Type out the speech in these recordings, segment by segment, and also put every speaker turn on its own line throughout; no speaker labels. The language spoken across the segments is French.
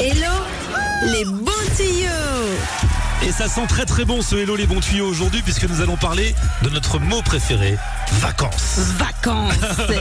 Hello les bons tuyaux
Et ça sent très très bon ce Hello les bons tuyaux aujourd'hui puisque nous allons parler de notre mot préféré, vacances.
Vacances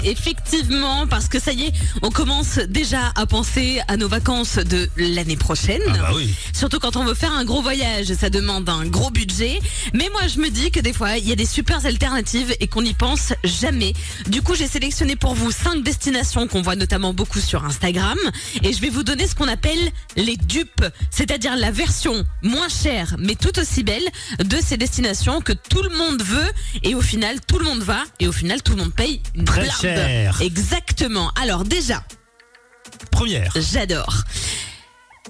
Effectivement, parce que ça y est, on commence déjà à penser à nos vacances de l'année prochaine.
Ah bah oui.
Surtout quand on veut faire un gros voyage, ça demande un gros budget. Mais moi, je me dis que des fois, il y a des super alternatives et qu'on n'y pense jamais. Du coup, j'ai sélectionné pour vous cinq destinations qu'on voit notamment beaucoup sur Instagram. Et je vais vous donner ce qu'on appelle les dupes, c'est-à-dire la version moins chère, mais tout aussi belle, de ces destinations que tout le monde veut. Et au final, tout le monde va. Et au final, tout le monde paye une
Très
blinde.
cher.
Exactement. Alors déjà,
Première,
j'adore.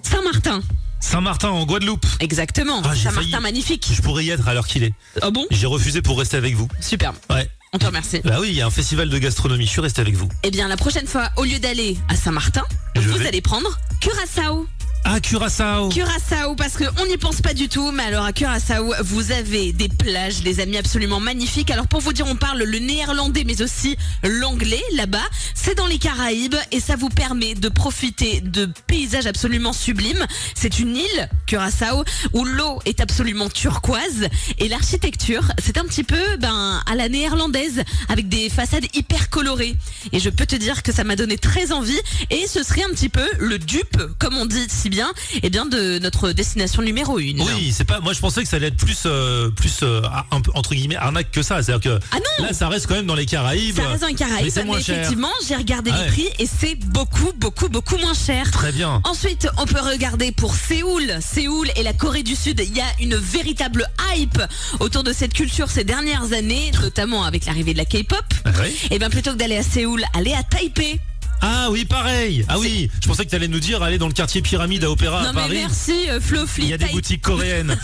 Saint-Martin,
Saint-Martin en Guadeloupe.
exactement.
Ah, j'ai
Saint-Martin
failli.
magnifique.
Je pourrais y être à l'heure qu'il est.
Ah bon
J'ai refusé pour rester avec vous.
Superbe.
Ouais.
On te remercie.
Bah oui, il y a un festival de gastronomie, je suis resté avec vous.
Eh bien, la prochaine fois, au lieu d'aller à Saint-Martin,
Je
vous
vais.
allez prendre Curaçao.
Ah, Curaçao
Curaçao, parce qu'on n'y pense pas du tout, mais alors à Curaçao, vous avez des plages, les amis, absolument magnifiques. Alors pour vous dire, on parle le néerlandais, mais aussi l'anglais là-bas. C'est dans les Caraïbes et ça vous permet de profiter de paysages absolument sublimes. C'est une île, Curaçao, où l'eau est absolument turquoise et l'architecture, c'est un petit peu ben, à la néerlandaise, avec des façades hyper colorées. Et je peux te dire que ça m'a donné très envie et ce serait un petit peu le dupe, comme on dit si bien, eh bien de notre destination numéro une.
Oui, c'est pas. Moi, je pensais que ça allait être plus, euh, plus euh, un peu, entre guillemets arnaque que ça. C'est-à-dire que
Ah non
là, ça reste quand même dans les Caraïbes.
Ça reste dans les
Mais
Caraïbes,
c'est
mais,
moins cher. Ah
effectivement, j'ai regardé
Ouais.
les prix et c'est beaucoup, beaucoup, beaucoup moins cher.
Très bien.
Ensuite, on peut regarder pour Séoul. Séoul et la Corée du Sud, il y a une véritable hype autour de cette culture ces dernières années, notamment avec l'arrivée de la K-pop.
Ouais.
Et bien plutôt que d'aller à Séoul, aller à Taipei.
Ah oui, pareil. Ah oui, je pensais que tu allais nous dire aller dans le quartier pyramide à Opéra à
non mais
Ah, Paris.
merci euh, Flo Fli.
Il y a des
Taipei-
boutiques coréennes.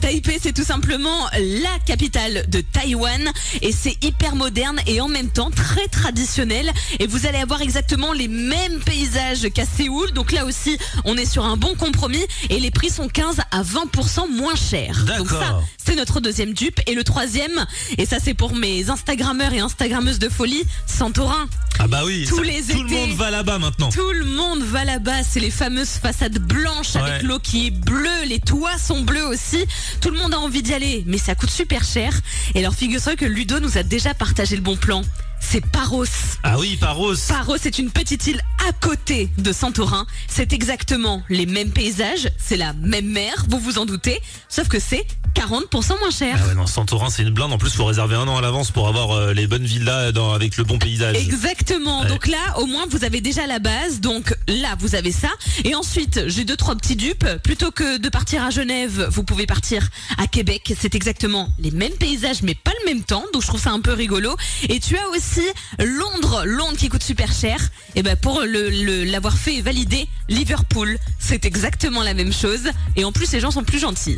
Taipei, c'est tout simplement la capitale de Taïwan et c'est hyper moderne et en même temps très traditionnel. Et vous allez avoir exactement les mêmes paysages qu'à Séoul. Donc là aussi, on est sur un bon compromis et les prix sont 15 à 20% moins chers. Donc
D'accord.
ça, c'est notre deuxième dupe. Et le troisième, et ça c'est pour mes Instagrammeurs et Instagrammeuses de folie, Santorin.
Ah bah oui.
Tous
ça-
les
tout le
étés.
monde va là-bas maintenant.
Tout le monde va là-bas, c'est les fameuses façades blanches avec
Ouais.
l'eau qui est bleue, les toits sont bleus aussi. Tout le monde a envie d'y aller, mais ça coûte super cher. Et alors figure-toi que Ludo nous a déjà partagé le bon plan. C'est Paros.
Ah oui, Paros.
Paros est une petite île à côté de Santorin. C'est exactement les mêmes paysages, c'est la même mer, vous vous en doutez, sauf que c'est 40% moins cher.
Ah ouais, non, Santorin, c'est une blinde. En plus, faut réserver un an à l'avance pour avoir euh, les bonnes villas dans- avec le bon paysage.
Exactement.
Ouais.
Donc là, au moins, vous avez déjà la base. Donc là, vous avez ça. Et ensuite, j'ai deux, trois petits dupes. Plutôt que de partir à Genève, vous pouvez partir à Québec. C'est exactement les mêmes paysages, mais pas le même temps. Donc je trouve ça un peu rigolo. Et tu as aussi Londres. Londres qui coûte super cher. Et ben, pour le- le- l'avoir fait et validé, Liverpool, c'est exactement la même chose. Et en plus, les gens sont plus gentils.